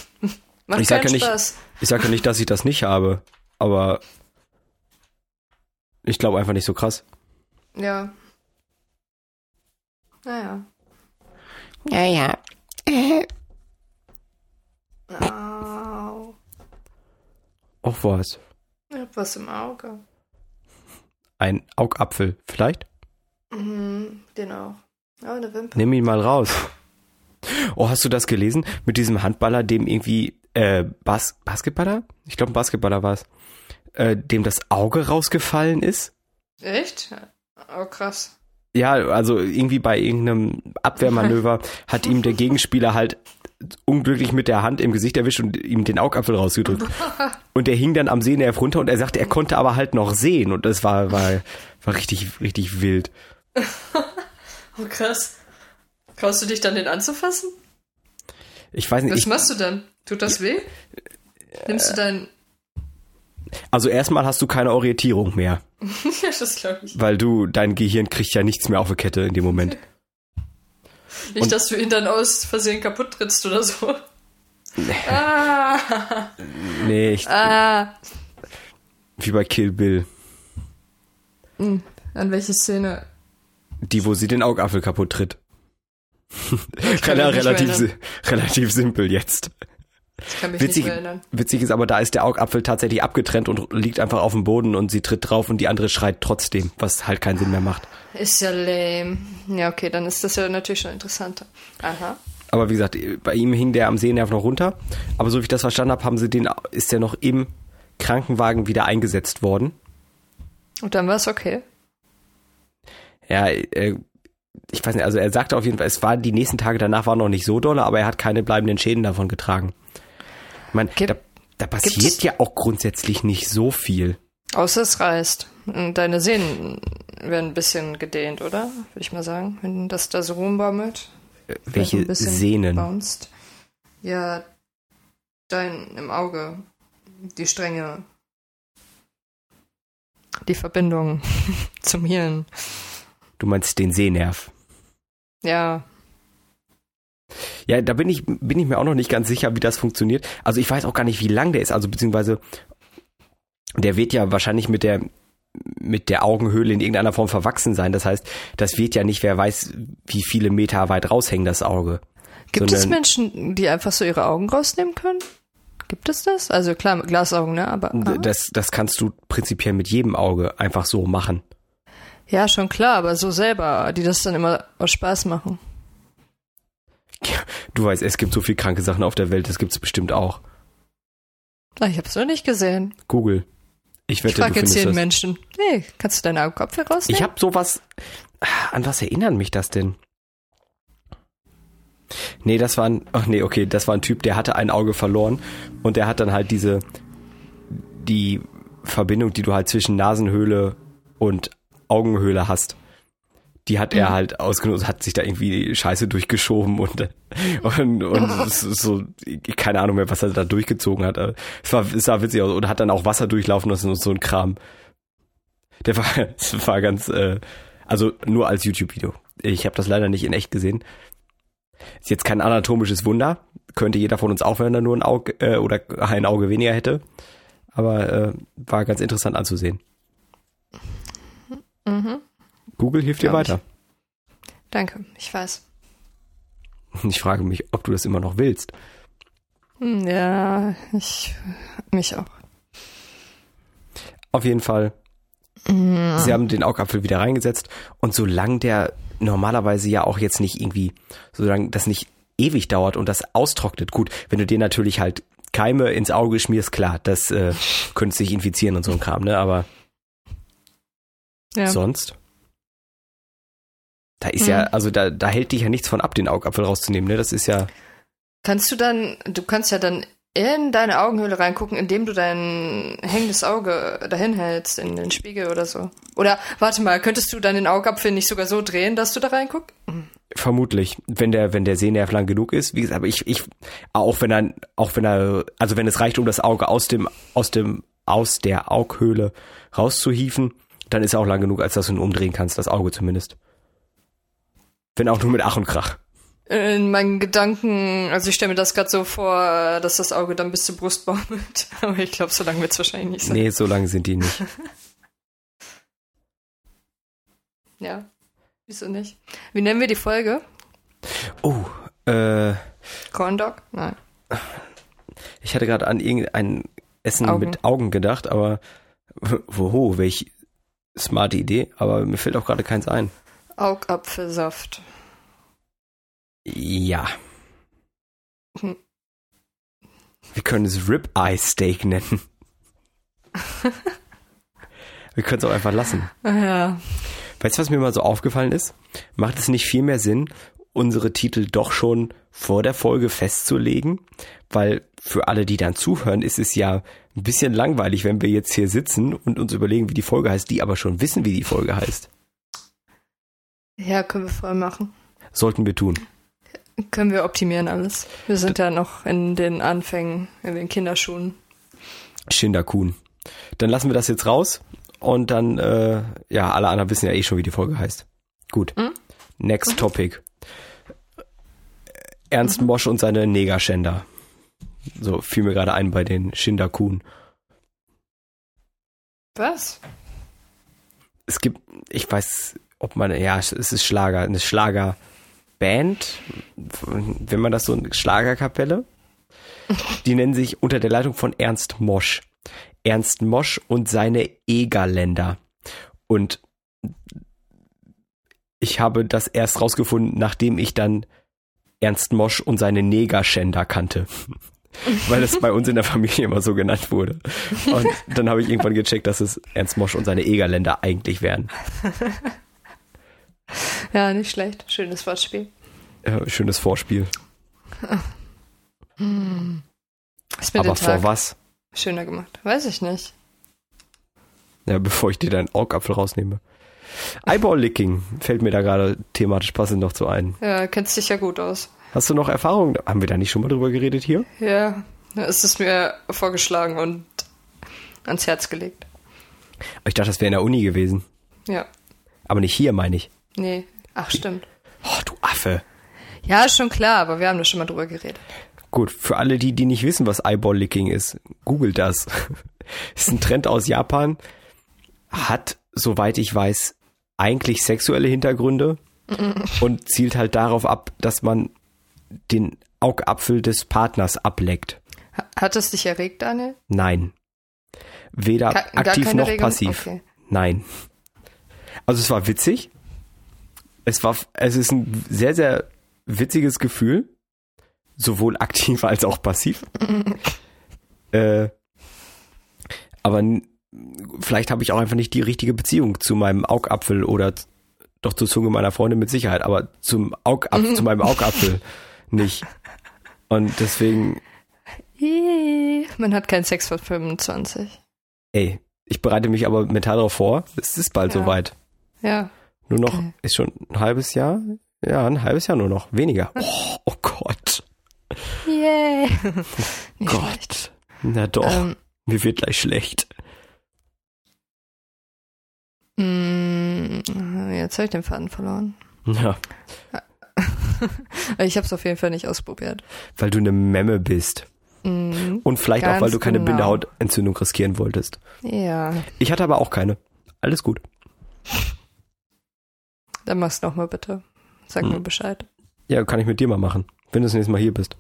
S2: Macht
S1: Ich sag
S2: keinen
S1: ja nicht-
S2: Spaß.
S1: Ich sage ja nicht, dass ich das nicht habe, aber ich glaube einfach nicht so krass.
S2: Ja. Naja.
S3: Naja.
S2: Au.
S1: Och was.
S2: Ich hab was im Auge.
S1: Ein Augapfel, vielleicht?
S2: Mhm, den auch. Oh, eine Wimper.
S1: Nimm ihn mal raus. Oh, hast du das gelesen? Mit diesem Handballer, dem irgendwie, äh, Bas Basketballer? Ich glaube, ein Basketballer war es. Äh, dem das Auge rausgefallen ist?
S2: Echt? Oh, krass.
S1: Ja, also irgendwie bei irgendeinem Abwehrmanöver hat ihm der Gegenspieler halt unglücklich mit der Hand im Gesicht erwischt und ihm den Augapfel rausgedrückt. Und der hing dann am Sehnerv runter und er sagte, er konnte aber halt noch sehen und das war, war, war richtig, richtig wild.
S2: Oh, krass. Traust du dich dann, den anzufassen?
S1: Ich weiß
S2: Was
S1: nicht, ich, Äh.
S2: machst du dann? Tut das weh? Nimmst du deinen.
S1: also erstmal hast du keine Orientierung mehr,
S2: ja, das glaube ich.
S1: weil du, dein Gehirn kriegt ja nichts mehr auf die Kette in dem Moment.
S2: Nicht, dass du ihn dann aus Versehen kaputt trittst oder so. ah,
S1: Nee, ich,
S2: ah.
S1: wie bei Kill Bill,
S2: Hm, An welche Szene?
S1: die, wo sie den Augapfel kaputt tritt.
S2: kann mich nicht
S1: relativ,
S2: mehr
S1: si- relativ simpel jetzt.
S2: Ich kann mich
S1: Witzig,
S2: nicht mehr erinnern.
S1: witzig ist aber, da ist der Augapfel tatsächlich abgetrennt und liegt einfach auf dem Boden und sie tritt drauf und die andere schreit trotzdem, was halt keinen Sinn mehr macht.
S2: Ist ja lame. Ja, okay, dann ist das ja natürlich schon interessanter. Aha.
S1: Aber wie gesagt, bei ihm hing der am Sehnerv noch runter. Aber so wie ich das verstanden habe, haben sie den, ist der noch im Krankenwagen wieder eingesetzt worden.
S2: Und dann war es okay.
S1: Ja, äh, ich weiß nicht, also er sagte auf jeden Fall, es war die nächsten Tage danach waren noch nicht so dolle, aber er hat keine bleibenden Schäden davon getragen. Ich meine,
S2: Gibt-
S1: da, da
S2: es-
S1: passiert ja auch grundsätzlich nicht so viel. äh,
S2: Außer es reißt. Und Deine Sehnen werden ein bisschen gedehnt, oder? Würde ich mal sagen. Wenn das da so rumbammelt. vielleicht ein
S1: Welche
S2: bisschen
S1: Sehnen?
S2: Bounced. Ja, dein im Auge. Die Stränge. Die Verbindung zum Hirn.
S1: Du meinst den Sehnerv.
S2: Ja,
S1: Ja, da bin ich, bin ich mir auch noch nicht ganz sicher, wie das funktioniert. Also ich weiß auch gar nicht, wie lang der ist. Also beziehungsweise der wird ja wahrscheinlich mit der mit der Augenhöhle in irgendeiner Form verwachsen sein. Das heißt, das wird ja nicht, wer weiß, wie viele Meter weit raushängen, das Auge.
S2: Gibt es
S1: sondern-
S2: Menschen, die einfach so ihre Augen rausnehmen können? Gibt es das? Also klar, mit Glasaugen, ne? Aber
S1: D- Das, das kannst du prinzipiell mit jedem Auge einfach so machen.
S2: ja, schon klar, aber so selber, die das dann immer aus Spaß machen.
S1: Du weißt, es gibt so viel kranke Sachen auf der Welt, das gibt's bestimmt auch.
S2: Ah, ich hab's noch nicht gesehen.
S1: Google. Ich
S2: Ich
S1: wette, du
S2: frag jetzt
S1: findest
S2: jeden
S1: das.
S2: Menschen. Hey, kannst du deine Kopfhörer rausnehmen?
S1: Ich habe sowas. An was erinnern mich das denn? Nee, das war ein. Ach nee, okay, das war ein Typ, der hatte ein Auge verloren und der hat dann halt diese. Die Verbindung, die du halt zwischen Nasenhöhle und Augenhöhle hast. Die hat er halt ausgenutzt, hat sich da irgendwie Scheiße durchgeschoben und, und, und es ist so, keine Ahnung mehr, was er da durchgezogen hat. aber Es, war, es sah witzig aus und hat dann auch Wasser durchlaufen lassen und so ein Kram. Der war, das war ganz, äh, also nur als YouTube-Video. Ich habe das leider nicht in echt gesehen. Ist jetzt kein anatomisches Wunder. Könnte jeder von uns auch, wenn er nur ein Auge äh, oder ein Auge weniger hätte. Aber äh, war ganz interessant anzusehen.
S2: Mhm.
S1: Google hilft dir
S2: Glaub
S1: weiter.
S2: Danke, ich weiß.
S1: Ich. frage mich, ob du das immer noch willst.
S2: Hm, Ja, ich mich auch.
S1: Auf jeden Fall,
S2: Hm.
S1: sie haben den Augapfel wieder reingesetzt. Und solange der normalerweise ja auch jetzt nicht irgendwie, solange das nicht ewig dauert und das austrocknet, gut, wenn du dir natürlich halt Keime ins Auge schmierst, klar, das äh, könnte sich infizieren und so ein Kram, ne? Aber
S2: Ja.
S1: sonst? Da ist ja,
S2: Hm.
S1: also da, da hält dich ja nichts von ab, den Augapfel rauszunehmen, ne? Das ist ja.
S2: Kannst du dann, du kannst ja dann in deine Augenhöhle reingucken, indem du dein hängendes Auge dahin hältst, in den Spiegel oder so. Oder warte mal, könntest du deinen Augapfel nicht sogar so drehen, dass du da reinguckst?
S1: Vermutlich, wenn der, wenn der Sehnerv lang genug ist, wie gesagt, aber ich, ich, auch wenn er, auch wenn er, also wenn es reicht, um das Auge aus dem, aus dem, aus der Aughöhle rauszuhieven, dann ist er auch lang genug, als dass du ihn umdrehen kannst, das Auge zumindest. Wenn auch nur mit Ach und Krach.
S2: In meinen Gedanken, also ich stelle mir das gerade so vor, dass das Auge dann bis zur Brust baumelt. Aber ich glaube, so lange wird es wahrscheinlich nicht sein.
S1: Nee, so lang sind die nicht.
S2: Ja. Wieso nicht? Wie nennen wir die Folge?
S1: Oh, äh,
S2: Corn Dog? Nein.
S1: Ich hatte gerade an irgendein Essen
S2: Augen.
S1: mit Augen gedacht, aber woho, welch smarte Idee, aber mir fällt auch gerade keins ein.
S2: Augapfelsaft.
S1: Ja.
S2: Hm.
S1: Wir können es Ribeye Steak nennen. Wir können es auch einfach lassen.
S2: Ah Ja.
S1: Weißt du, was mir mal so aufgefallen ist? Macht es nicht viel mehr Sinn, unsere Titel doch schon vor der Folge festzulegen? Weil für alle, die dann zuhören, ist es ja ein bisschen langweilig, wenn wir jetzt hier sitzen und uns überlegen, wie die Folge heißt, die aber schon wissen, wie die Folge heißt.
S2: Ja, können wir voll machen.
S1: Sollten wir tun.
S2: Können wir optimieren alles. Wir sind ja noch in den Anfängen, in den Kinderschuhen.
S1: Shinda-kun. Dann lassen wir das jetzt raus und dann, äh, ja, alle anderen wissen ja eh schon, wie die Folge heißt. Gut.
S2: Mhm. Mhm.
S1: Next Topic. Ernst Mosch und seine Negerschänder. So fiel mir gerade ein bei den Shinda-kun.
S2: Was?
S1: Es gibt, ich weiß, ob man, ja, es ist Schlager, eine Schlagerband, wenn man das so, eine Schlagerkapelle. Die nennen sich unter der Leitung von Ernst Mosch. Ernst Mosch und seine Egerländer. Und ich habe das erst rausgefunden, nachdem ich dann Ernst Mosch und seine Negerschänder kannte. Weil das bei uns in der Familie immer so genannt wurde. Und dann habe ich irgendwann gecheckt, dass es Ernst Mosch und seine Egerländer eigentlich wären.
S2: Ja, nicht schlecht. Schönes Wortspiel.
S1: Äh, schönes Vorspiel.
S2: Ist mir
S1: Aber
S2: den Tag
S1: vor was?
S2: schöner gemacht. Weiß ich nicht.
S1: Ja, bevor ich dir deinen Augapfel rausnehme. Eyeball-Licking fällt mir da gerade thematisch passend noch zu ein.
S2: Ja, kennst dich ja gut aus.
S1: Hast du noch Erfahrungen? Haben wir da nicht schon mal drüber geredet hier?
S2: Ja, da ist es mir vorgeschlagen und ans Herz gelegt.
S1: Ich dachte, das wäre in der Uni gewesen.
S2: Ja,
S1: Aber nicht hier, meine ich.
S2: nee. Ach, stimmt.
S1: Oh, du Affe.
S2: Ja, ist schon klar, aber wir haben da schon mal drüber geredet.
S1: Gut, für alle die, die nicht wissen, was Eyeball-Licking ist, googelt das. ist ein Trend aus Japan. hat, soweit ich weiß, eigentlich sexuelle Hintergründe und zielt halt darauf ab, dass man den Augapfel des Partners ableckt.
S2: Ha- Hat es dich erregt, Daniel?
S1: Nein. Weder
S2: Ke- gar
S1: aktiv
S2: keine
S1: noch
S2: Regung?
S1: passiv.
S2: Okay.
S1: Nein. Also es war witzig. Es war, es ist ein sehr, sehr witziges Gefühl. Sowohl aktiv als auch passiv. äh, aber n- vielleicht habe ich auch einfach nicht die richtige Beziehung zu meinem Augapfel oder z- doch zur Zunge meiner Freundin mit Sicherheit, aber zum Augapfel, zu meinem Augapfel nicht. Und deswegen,
S2: Ih, Man hat keinen Sex vor 25.
S1: ey, ich bereite mich aber mental darauf vor. Es ist bald
S2: Ja.
S1: soweit.
S2: Ja.
S1: Nur noch,
S2: Okay.
S1: ist schon ein halbes Jahr? Ja, ein halbes Jahr nur noch. Weniger.
S2: Hm.
S1: Oh, oh Gott.
S2: Yay. Nicht
S1: Gott.
S2: schlecht.
S1: Na doch,
S2: Ähm,
S1: mir wird gleich schlecht.
S2: mh, mm, jetzt habe ich den Faden verloren.
S1: Ja,
S2: Ich habe es auf jeden Fall nicht ausprobiert.
S1: weil du eine Memme bist.
S2: Mhm.
S1: Und vielleicht auch,
S2: Ganz
S1: weil du keine
S2: genau.
S1: Bindehautentzündung riskieren wolltest.
S2: Ja,
S1: Ich hatte aber auch keine. Alles gut.
S2: dann mach's nochmal bitte. Sag
S1: Mhm.
S2: mir Bescheid.
S1: Ja, kann ich mit dir mal machen. Wenn du das nächste Mal hier bist,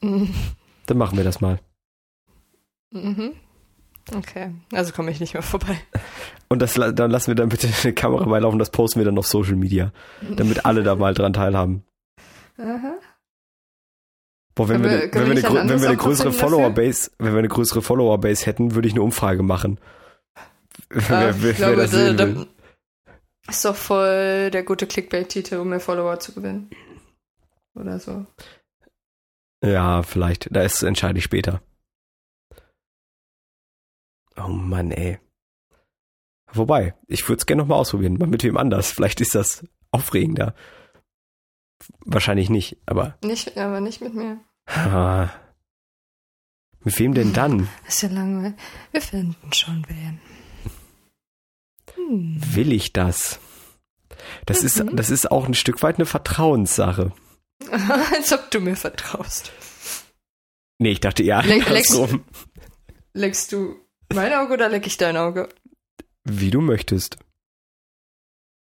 S2: Mhm.
S1: dann machen wir das mal.
S2: Mhm. Okay, also komme ich nicht mehr vorbei.
S1: Und das, la- dann lassen wir dann bitte eine Kamera mal laufen, das posten wir dann auf Social Media, damit alle da mal dran teilhaben.
S2: Aha.
S1: Boah, wenn
S2: Können
S1: wir,
S2: wir-
S1: eine-
S2: können wir
S1: wenn,
S2: nicht
S1: wir, eine, grö-
S2: ein
S1: wenn
S2: anderes
S1: wir eine
S2: Opfer
S1: größere
S2: finden dafür?
S1: Followerbase, wenn wir eine größere Followerbase hätten, würde ich eine Umfrage machen.
S2: Ah,
S1: wer, wer,
S2: ich glaube,
S1: wer das sehen
S2: da,
S1: will.
S2: da ist doch voll der gute Clickbait-Titel, um mehr Follower zu gewinnen. Oder so.
S1: Ja, vielleicht. Da ist entscheide ich später. Oh Mann, ey. Wobei, ich würde es gerne nochmal ausprobieren. Mal mit wem anders. Vielleicht ist das aufregender. Wahrscheinlich nicht, aber.
S2: Nicht, aber nicht mit mir.
S1: Ah. Mit wem denn dann?
S2: Ist ja langweilig. Wir finden schon wen. Hm.
S1: Will ich das? Das ist,
S2: Mhm.
S1: das ist auch ein Stück weit eine Vertrauenssache.
S2: Als ob du mir vertraust.
S1: Nee, ich dachte eher
S2: Leck- leckst-
S1: andersrum.
S2: Leckst du mein Auge oder leck ich dein Auge?
S1: Wie du möchtest.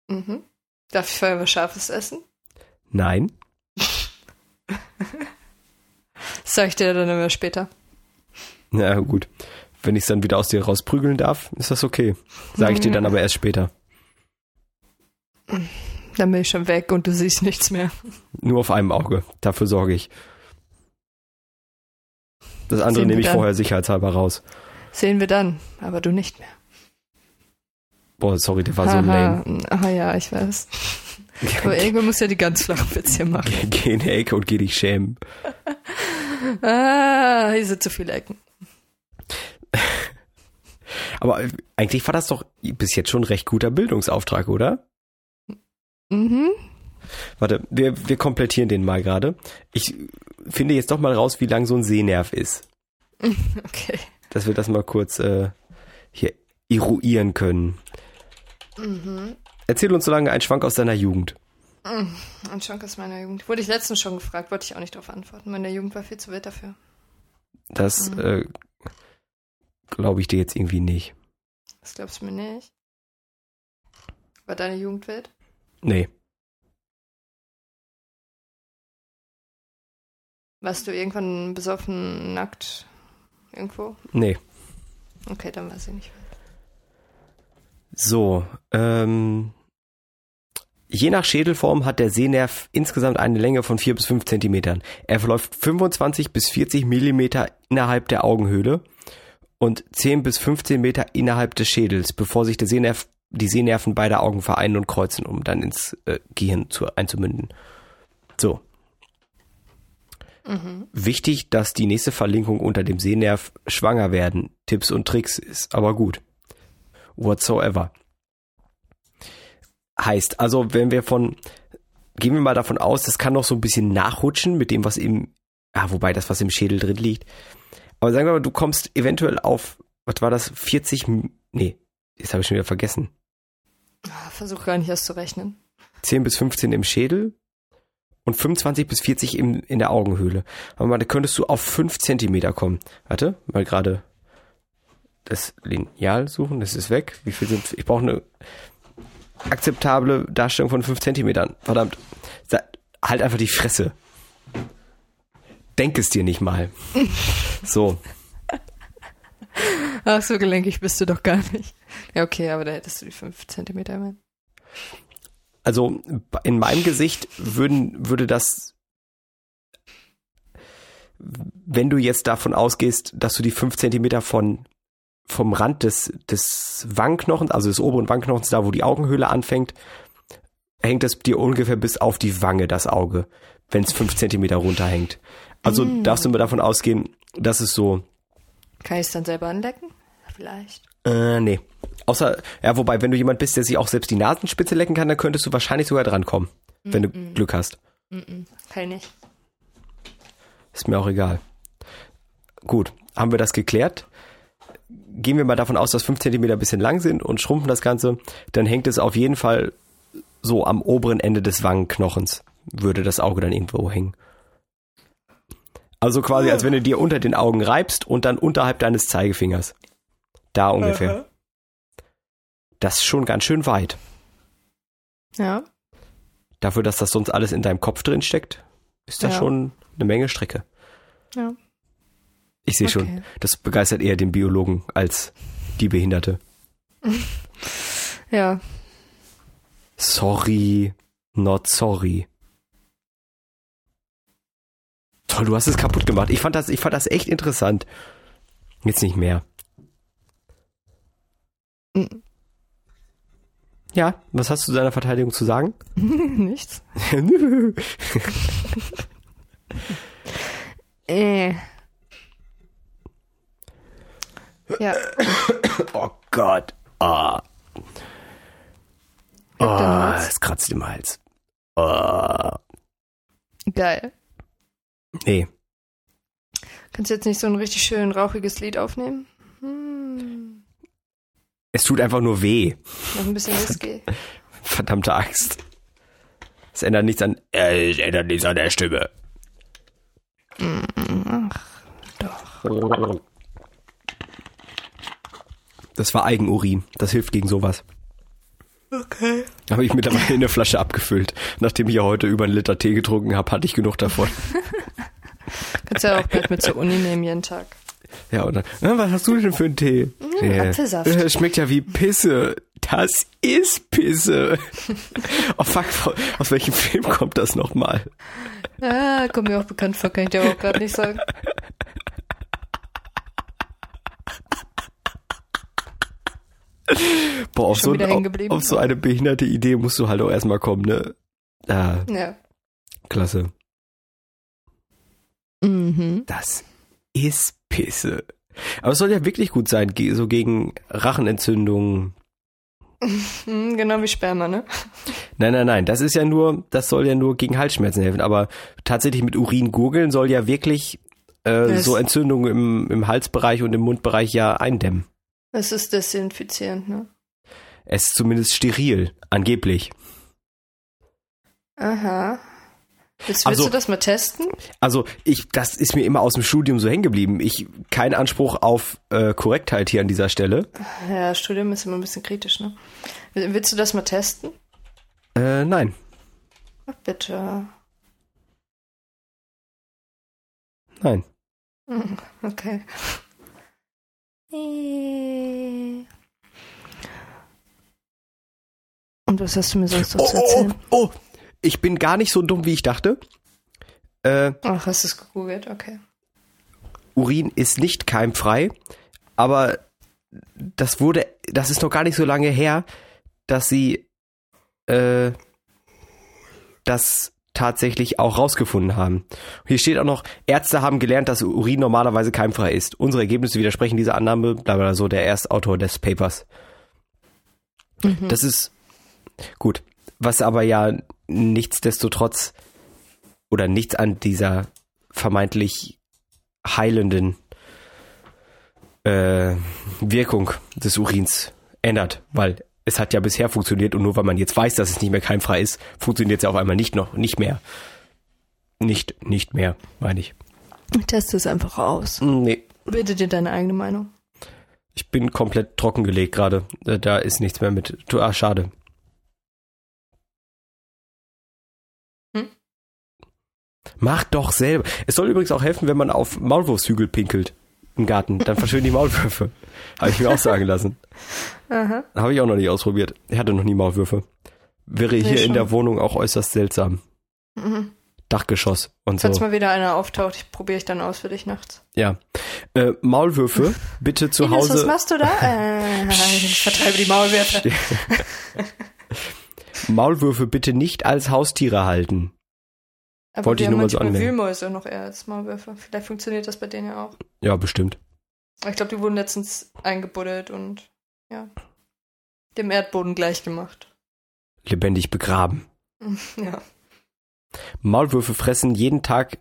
S2: Mhm. Darf ich vorher was Scharfes essen?
S1: Nein.
S2: Das sag ich dir dann immer später.
S1: Na gut. Wenn ich es dann wieder aus dir rausprügeln darf, ist das okay. Sage
S2: Mhm.
S1: ich dir dann aber erst später.
S2: Dann bin ich schon weg und du siehst nichts mehr.
S1: Nur auf einem Auge. Dafür sorge ich. Das andere
S2: Sehen wir
S1: nehme ich
S2: dann.
S1: vorher sicherheitshalber raus.
S2: Sehen wir dann, aber du nicht mehr.
S1: Boah, sorry, der war so lame.
S2: Aha, Ah ja, ich weiß. Aber
S1: Geh,
S2: irgendwann muss ja die ganz flachen Witze hier machen.
S1: geh- geh in die Ecke und geh dich schämen.
S2: Ah, hier sind zu viele Ecken.
S1: Aber äh, eigentlich war das doch bis jetzt schon ein recht guter Bildungsauftrag, oder?
S2: Mhm.
S1: Warte, wir, wir komplettieren den mal gerade. Ich finde jetzt doch mal raus, wie lang so ein Sehnerv ist.
S2: Okay.
S1: dass wir das mal kurz äh, hier eruieren können.
S2: Mhm.
S1: Erzähl uns so lange einen Schwank aus deiner Jugend.
S2: Ein Schwank aus meiner Jugend. Wurde ich letztens schon gefragt, wollte ich auch nicht darauf antworten. Meine Jugend war viel zu wild dafür.
S1: Das
S2: Mhm.
S1: äh, glaube ich dir jetzt irgendwie nicht.
S2: Das glaubst du mir nicht. War deine Jugend wild?
S1: Nee,
S2: Warst du irgendwann besoffen, nackt? Irgendwo?
S1: nee.
S2: Okay, dann war sie nicht wild.
S1: So, ähm, je nach Schädelform hat der Sehnerv insgesamt eine Länge von 4 bis 5 Zentimetern. Er verläuft 25 bis 40 Millimeter innerhalb der Augenhöhle und 10 bis 15 Meter innerhalb des Schädels, bevor sich der Sehnerv, die Sehnerven beider Augen vereinen und kreuzen, um dann ins äh, Gehirn zu, einzumünden. So.
S2: Mhm.
S1: Wichtig, dass die nächste Verlinkung unter dem Sehnerv schwanger werden, Tipps und Tricks ist, aber gut whatsoever. Heißt, also wenn wir von, gehen wir mal davon aus, das kann noch so ein bisschen nachrutschen mit dem, was im, ah, wobei das, was im Schädel drin liegt. Aber sagen wir mal, du kommst eventuell auf, was war das, 40, M- nee, jetzt habe ich schon wieder vergessen,
S2: Ah, Versuch gar nicht auszurechnen.
S1: 10 bis 15 im Schädel und 25 bis 40 im, in der Augenhöhle. Aber mal, da könntest du auf 5 Zentimeter kommen. Warte, mal gerade das Lineal suchen, das ist weg. Wie viel sind, ich brauche eine akzeptable Darstellung von 5 Zentimetern. Verdammt. Sa- Halt einfach die Fresse. Denk es dir nicht mal. So.
S2: Ach, so gelenkig bist du doch gar nicht. Ja, okay, aber da hättest du die 5 cm mehr.
S1: Also in meinem Gesicht würden, würde das, wenn du jetzt davon ausgehst, dass du die 5 Zentimeter von, vom Rand des, des Wangenknochens, also des oberen Wangenknochens, da wo die Augenhöhle anfängt, hängt es dir ungefähr bis auf die Wange, das Auge, wenn es 5 Zentimeter runterhängt. Also
S2: Mm.
S1: darfst du mir davon ausgehen, dass es so
S2: Kann ich es dann selber anlecken? Vielleicht.
S1: Äh, nee. Außer, ja, wobei, wenn du jemand bist, der sich auch selbst die Nasenspitze lecken kann, dann könntest du wahrscheinlich sogar drankommen, wenn du Glück hast.
S2: Mm-mm. Kann ich nicht.
S1: Ist mir auch egal. Gut, haben wir das geklärt? Gehen wir mal davon aus, dass 5 cm ein bisschen lang sind und schrumpfen das Ganze, dann hängt es auf jeden Fall so am oberen Ende des Wangenknochens, würde das Auge dann irgendwo hängen. Also quasi, als wenn du dir unter den Augen reibst und dann unterhalb deines Zeigefingers. Da ungefähr. Das ist schon ganz schön weit.
S2: Ja.
S1: dafür, dass das sonst alles in deinem Kopf drin steckt, ist das
S2: Ja.
S1: schon eine Menge Strecke.
S2: Ja.
S1: Ich sehe schon,
S2: Okay.
S1: das begeistert eher den Biologen als die Behinderte.
S2: Ja.
S1: Sorry, not sorry. Toll, du hast es kaputt gemacht. Ich fand das, ich fand das echt interessant. Jetzt nicht mehr.
S2: Mm.
S1: Ja, was hast du zu deiner Verteidigung zu sagen?
S2: Nichts. Äh. Ja,
S1: oh Gott. Ah.
S2: Juckt dein
S1: Ah,
S2: Hals?
S1: es kratzt im Hals. Ah.
S2: geil.
S1: Nee.
S2: Kannst du jetzt nicht so ein richtig schön rauchiges Lied aufnehmen? Hm.
S1: Es tut einfach nur weh.
S2: Noch ein bisschen Whisky.
S1: Verdammte Axt. Es ändert nichts an. Äh, Es ändert nichts an der Stimme. Ach, doch. Das war Eigenurin. Das hilft gegen sowas.
S2: Okay.
S1: Habe ich mittlerweile in der Flasche abgefüllt. Nachdem ich ja heute über einen Liter Tee getrunken habe, hatte ich genug davon.
S2: Kannst ja auch gleich mit zur Uni nehmen jeden Tag.
S1: Ja, und dann, "Ah, was hast du denn für einen Tee? Äh,
S2: Apfelsaft.
S1: äh, Schmeckt ja wie Pisse. Das ist Pisse. oh fuck, von- aus welchem Film kommt das nochmal?
S2: Ah, kommt mir auch bekannt vor, kann ich dir aber auch gerade nicht sagen.
S1: Boah, auf
S2: Schon
S1: so,
S2: wieder
S1: ein,
S2: hängen
S1: auf,
S2: geblieben?
S1: auf so eine behinderte Idee musst du halt auch erstmal kommen, ne? Ah,
S2: Ja.
S1: klasse.
S2: Mhm.
S1: Das ist Pisse. Aber es soll ja wirklich gut sein, ge- so gegen Rachenentzündungen.
S2: Hm, Genau wie Sperma, ne?
S1: Nein, nein, nein, das ist ja nur, das soll ja nur gegen Halsschmerzen helfen, aber tatsächlich mit Urin gurgeln soll ja wirklich äh,
S2: Das-
S1: so Entzündungen im, im Halsbereich und im Mundbereich ja eindämmen.
S2: Es ist desinfizierend, ne?
S1: Es ist zumindest steril, angeblich.
S2: Aha. Jetzt willst
S1: Also-
S2: du das mal testen?
S1: Also ich, das ist mir immer aus dem Studium so hängen geblieben. Ich kein Anspruch auf äh, Korrektheit hier an dieser Stelle.
S2: Ja, Studium ist immer ein bisschen kritisch, ne? Will- Willst du das mal testen?
S1: Äh, nein.
S2: Ach, bitte.
S1: Nein.
S2: Hm, Okay. Und was hast du mir sonst noch
S1: Oh,
S2: zu
S1: oh,
S2: erzählen?
S1: oh, oh, ich bin gar nicht so dumm, wie ich dachte. Äh,
S2: Ach, hast du es gegoogelt? Okay.
S1: Urin ist nicht keimfrei, aber das wurde, das ist noch gar nicht so lange her, dass sie äh, das tatsächlich auch rausgefunden haben. Hier steht auch noch, Ärzte haben gelernt, dass Urin normalerweise keimfrei ist. Unsere Ergebnisse widersprechen dieser Annahme, bla bla bla, so der Erstautor des Papers. Das ist gut. Was aber ja nichtsdestotrotz oder nichts an dieser vermeintlich heilenden äh, Wirkung des Urins ändert, weil es hat ja bisher funktioniert und nur weil man jetzt weiß, dass es nicht mehr keimfrei ist, funktioniert es ja auf einmal nicht noch, nicht mehr. Nicht, nicht mehr, meine ich.
S2: Ich teste es einfach aus.
S1: Nee.
S2: Bilde dir deine eigene Meinung.
S1: Ich bin komplett trockengelegt gerade. Äh, Da ist nichts mehr mit. Du- Ah, schade.
S2: Hm?
S1: Mach doch selber. Es soll übrigens auch helfen, wenn man auf Maulwurfshügel pinkelt im Garten. Dann verschwinden die Maulwürfe. Habe ich mir auch sagen lassen.
S2: Aha.
S1: Habe ich auch noch nicht ausprobiert. Ich hatte noch nie Maulwürfe. Wäre
S2: Nee,
S1: hier in
S2: schon.
S1: der Wohnung auch äußerst seltsam.
S2: Mhm.
S1: Dachgeschoss und so.
S2: Falls mal wieder einer auftaucht, ich probiere ich dann aus für dich nachts.
S1: Ja. Äh, Maulwürfe bitte zu
S2: Ines, was
S1: Hause.
S2: machst du da? Äh, ich vertreibe die Maulwürfe.
S1: Maulwürfe bitte nicht als Haustiere halten.
S2: Aber
S1: Wollte
S2: wir
S1: ich
S2: haben
S1: nur mal so
S2: manchmal
S1: anmerken.
S2: Wühlmäuse noch eher als Maulwürfe. Vielleicht funktioniert das bei denen ja auch.
S1: Ja, bestimmt.
S2: Aber Ich glaube, die wurden letztens eingebuddelt und ja, dem Erdboden gleich gemacht.
S1: Lebendig begraben.
S2: Ja.
S1: Maulwürfe fressen jeden Tag,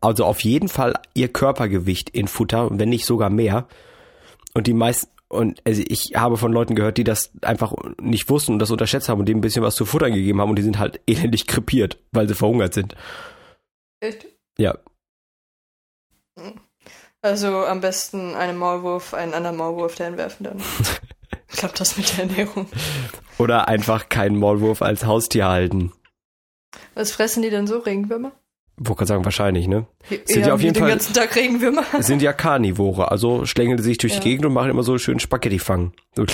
S1: also auf jeden Fall ihr Körpergewicht in Futter, wenn nicht sogar mehr. Und die meisten, und also ich habe von Leuten gehört, die das einfach nicht wussten und das unterschätzt haben und denen ein bisschen was zu futtern gegeben haben und die sind halt elendig krepiert, weil sie verhungert sind.
S2: Echt?
S1: Ja.
S2: Also am besten einen Maulwurf, einen anderen Maulwurf dahin werfen dann. Ich glaube, das mit der Ernährung.
S1: Oder einfach keinen Maulwurf als Haustier halten.
S2: Was fressen die denn so? Regenwürmer?
S1: Wo kann sagen, wahrscheinlich, ne?
S2: Sind
S1: ja auf jeden
S2: den
S1: Fall-
S2: ganzen Tag Regenwürmer.
S1: Es sind ja Karnivore, also schlängeln sie sich durch
S2: Ja.
S1: die Gegend und machen immer so schön Spaghetti-Fang. So.
S2: Äh,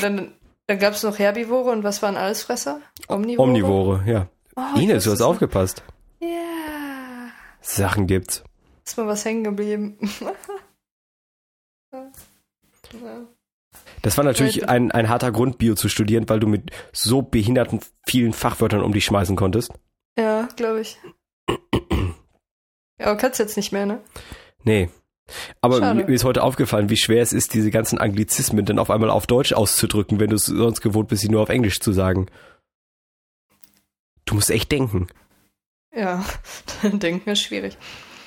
S2: dann dann gab es noch Herbivore und was waren Allesfresser? Omnivore.
S1: Omnivore, ja.
S2: Oh, ich
S1: Ines, du hast
S2: wusste es nicht.
S1: aufgepasst.
S2: Ja.
S1: Sachen gibt's.
S2: Ist mal was hängen geblieben. ja.
S1: Das war natürlich
S2: Leute.
S1: ein, ein harter Grund, Bio zu studieren, weil du mit so behinderten vielen Fachwörtern um dich schmeißen konntest.
S2: Ja, glaube ich. Ja, aber kannst jetzt nicht mehr, ne?
S1: Nee. Aber
S2: Schade.
S1: mir ist heute aufgefallen, wie schwer es ist, diese ganzen Anglizismen dann auf einmal auf Deutsch auszudrücken, wenn du es sonst gewohnt bist, sie nur auf Englisch zu sagen. Du musst echt denken.
S2: Ja, denken ist schwierig.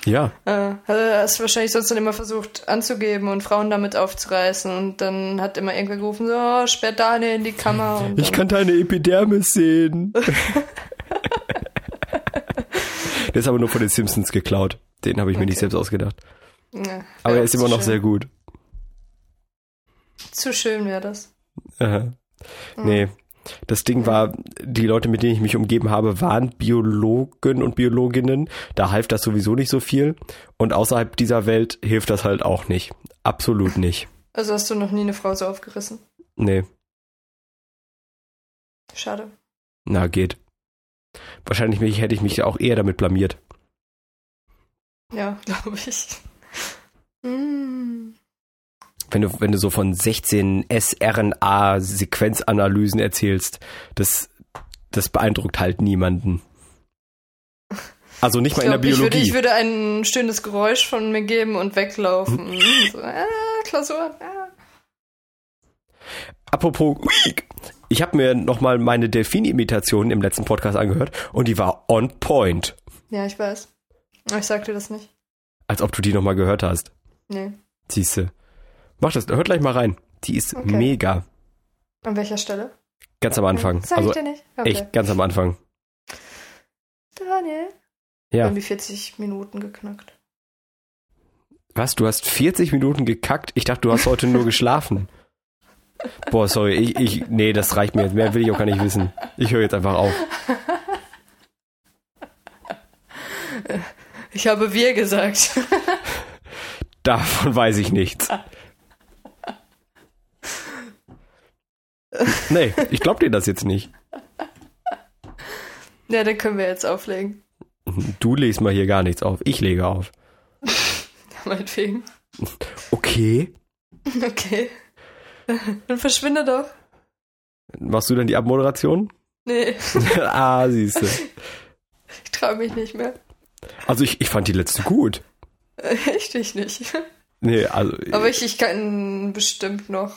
S1: Ja.
S2: Äh, hast du wahrscheinlich sonst dann immer versucht anzugeben und Frauen damit aufzureißen und dann hat immer irgendwer gerufen, so, oh, sperrt Daniel in die Kammer. Und
S1: Ich
S2: dann-
S1: kann deine Epidermis sehen. Der ist aber nur von den Simpsons geklaut. Den habe ich mir nicht
S2: Okay.
S1: selbst ausgedacht.
S2: Ja,
S1: Aber
S2: ja,
S1: er ist immer
S2: zu
S1: noch
S2: schön.
S1: sehr gut.
S2: Zu schön wäre das.
S1: Aha.
S2: Mhm.
S1: Nee. Das Ding war, die Leute, mit denen ich mich umgeben habe, waren Biologen und Biologinnen. Da half das sowieso nicht so viel. Und außerhalb dieser Welt hilft das halt auch nicht. Absolut nicht.
S2: Also hast du noch nie eine Frau so aufgerissen.
S1: Nee,
S2: Schade.
S1: na geht. Wahrscheinlich mich, hätte ich mich auch eher damit blamiert.
S2: Ja, glaube ich. Mm.
S1: Wenn du, wenn du so von 16 SRNA-Sequenzanalysen erzählst, das, das beeindruckt halt niemanden. Also nicht mal in der
S2: ich,
S1: Biologie.
S2: würde, ich würde ein stöhnendes Geräusch von mir geben und weglaufen. so, ah, Klausur. Ah.
S1: Apropos Week. Ich habe mir nochmal meine Delfin-Imitation im letzten Podcast angehört und die war on point.
S2: Ja, ich weiß. Aber Ich sag dir das nicht.
S1: Als ob du die nochmal gehört hast.
S2: Nee.
S1: Siehste. Mach das, hört gleich mal rein. Die ist
S2: Okay.
S1: mega.
S2: An welcher Stelle?
S1: Ganz am Anfang.
S2: Sag
S1: also
S2: ich dir nicht.
S1: echt ganz am Anfang.
S2: Daniel. Wir
S1: Ja.
S2: haben die 40 Minuten geknackt.
S1: Was? Du hast 40 Minuten gekackt? Ich dachte, du hast heute nur geschlafen. Boah, sorry, ich, ich. Nee, das reicht mir jetzt. Mehr will ich auch gar nicht wissen. Ich höre jetzt einfach auf.
S2: Ich habe wir gesagt.
S1: Davon weiß ich nichts. Nee, ich glaub dir das jetzt nicht.
S2: ja, dann können wir jetzt auflegen.
S1: Du legst mal hier gar nichts auf. Ich lege auf.
S2: Meinetwegen.
S1: Okay.
S2: Okay. Dann verschwinde doch.
S1: Machst du dann die Abmoderation?
S2: Nee,
S1: ah, siehste.
S2: ich traue mich nicht mehr. Äh,
S1: Also ich, ich fand die letzte gut.
S2: Echt ich nicht.
S1: Nee, also
S2: Aber ich, ich kann bestimmt noch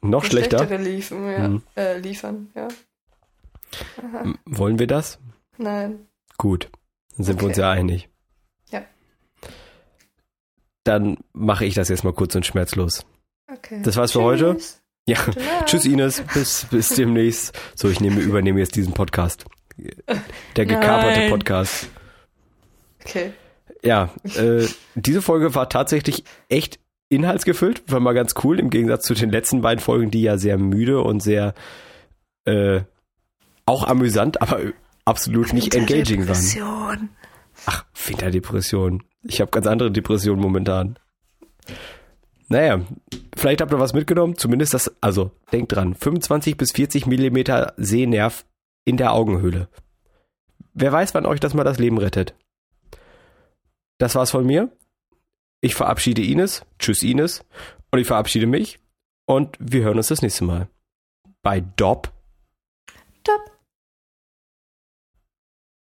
S1: noch schlechter.
S2: schlechtere liefen, ja.
S1: Mhm.
S2: Äh, liefern, ja.
S1: M- Wollen wir das?
S2: Nein.
S1: Gut. Dann sind wir
S2: Okay.
S1: uns ja einig.
S2: Ja.
S1: Dann mache ich das jetzt mal kurz und schmerzlos.
S2: Okay.
S1: Das war's für heute.
S2: Tschüss.
S1: Ja.
S2: Gute Nacht.
S1: Tschüss Ines, bis, bis demnächst. So, ich nehme, übernehme jetzt diesen Podcast. Der gekaperte
S2: Nein.
S1: Podcast.
S2: Okay.
S1: Ja, äh, diese Folge war tatsächlich echt inhaltsgefüllt, war mal ganz cool, im Gegensatz zu den letzten beiden Folgen, die ja sehr müde und sehr äh, auch amüsant, aber absolut nicht engaging waren.
S2: Depression.
S1: Ach, Winterdepression. Ich habe ganz andere Depressionen momentan. Naja, vielleicht habt ihr was mitgenommen, zumindest das, also denkt dran, 25 bis 40 Millimeter Sehnerv in der Augenhöhle. Wer weiß, wann euch das mal das Leben rettet. Das war's von mir. Ich verabschiede Ines. Tschüss Ines. Und ich verabschiede mich. Und wir hören uns das nächste Mal. Bei Dob.
S2: Top.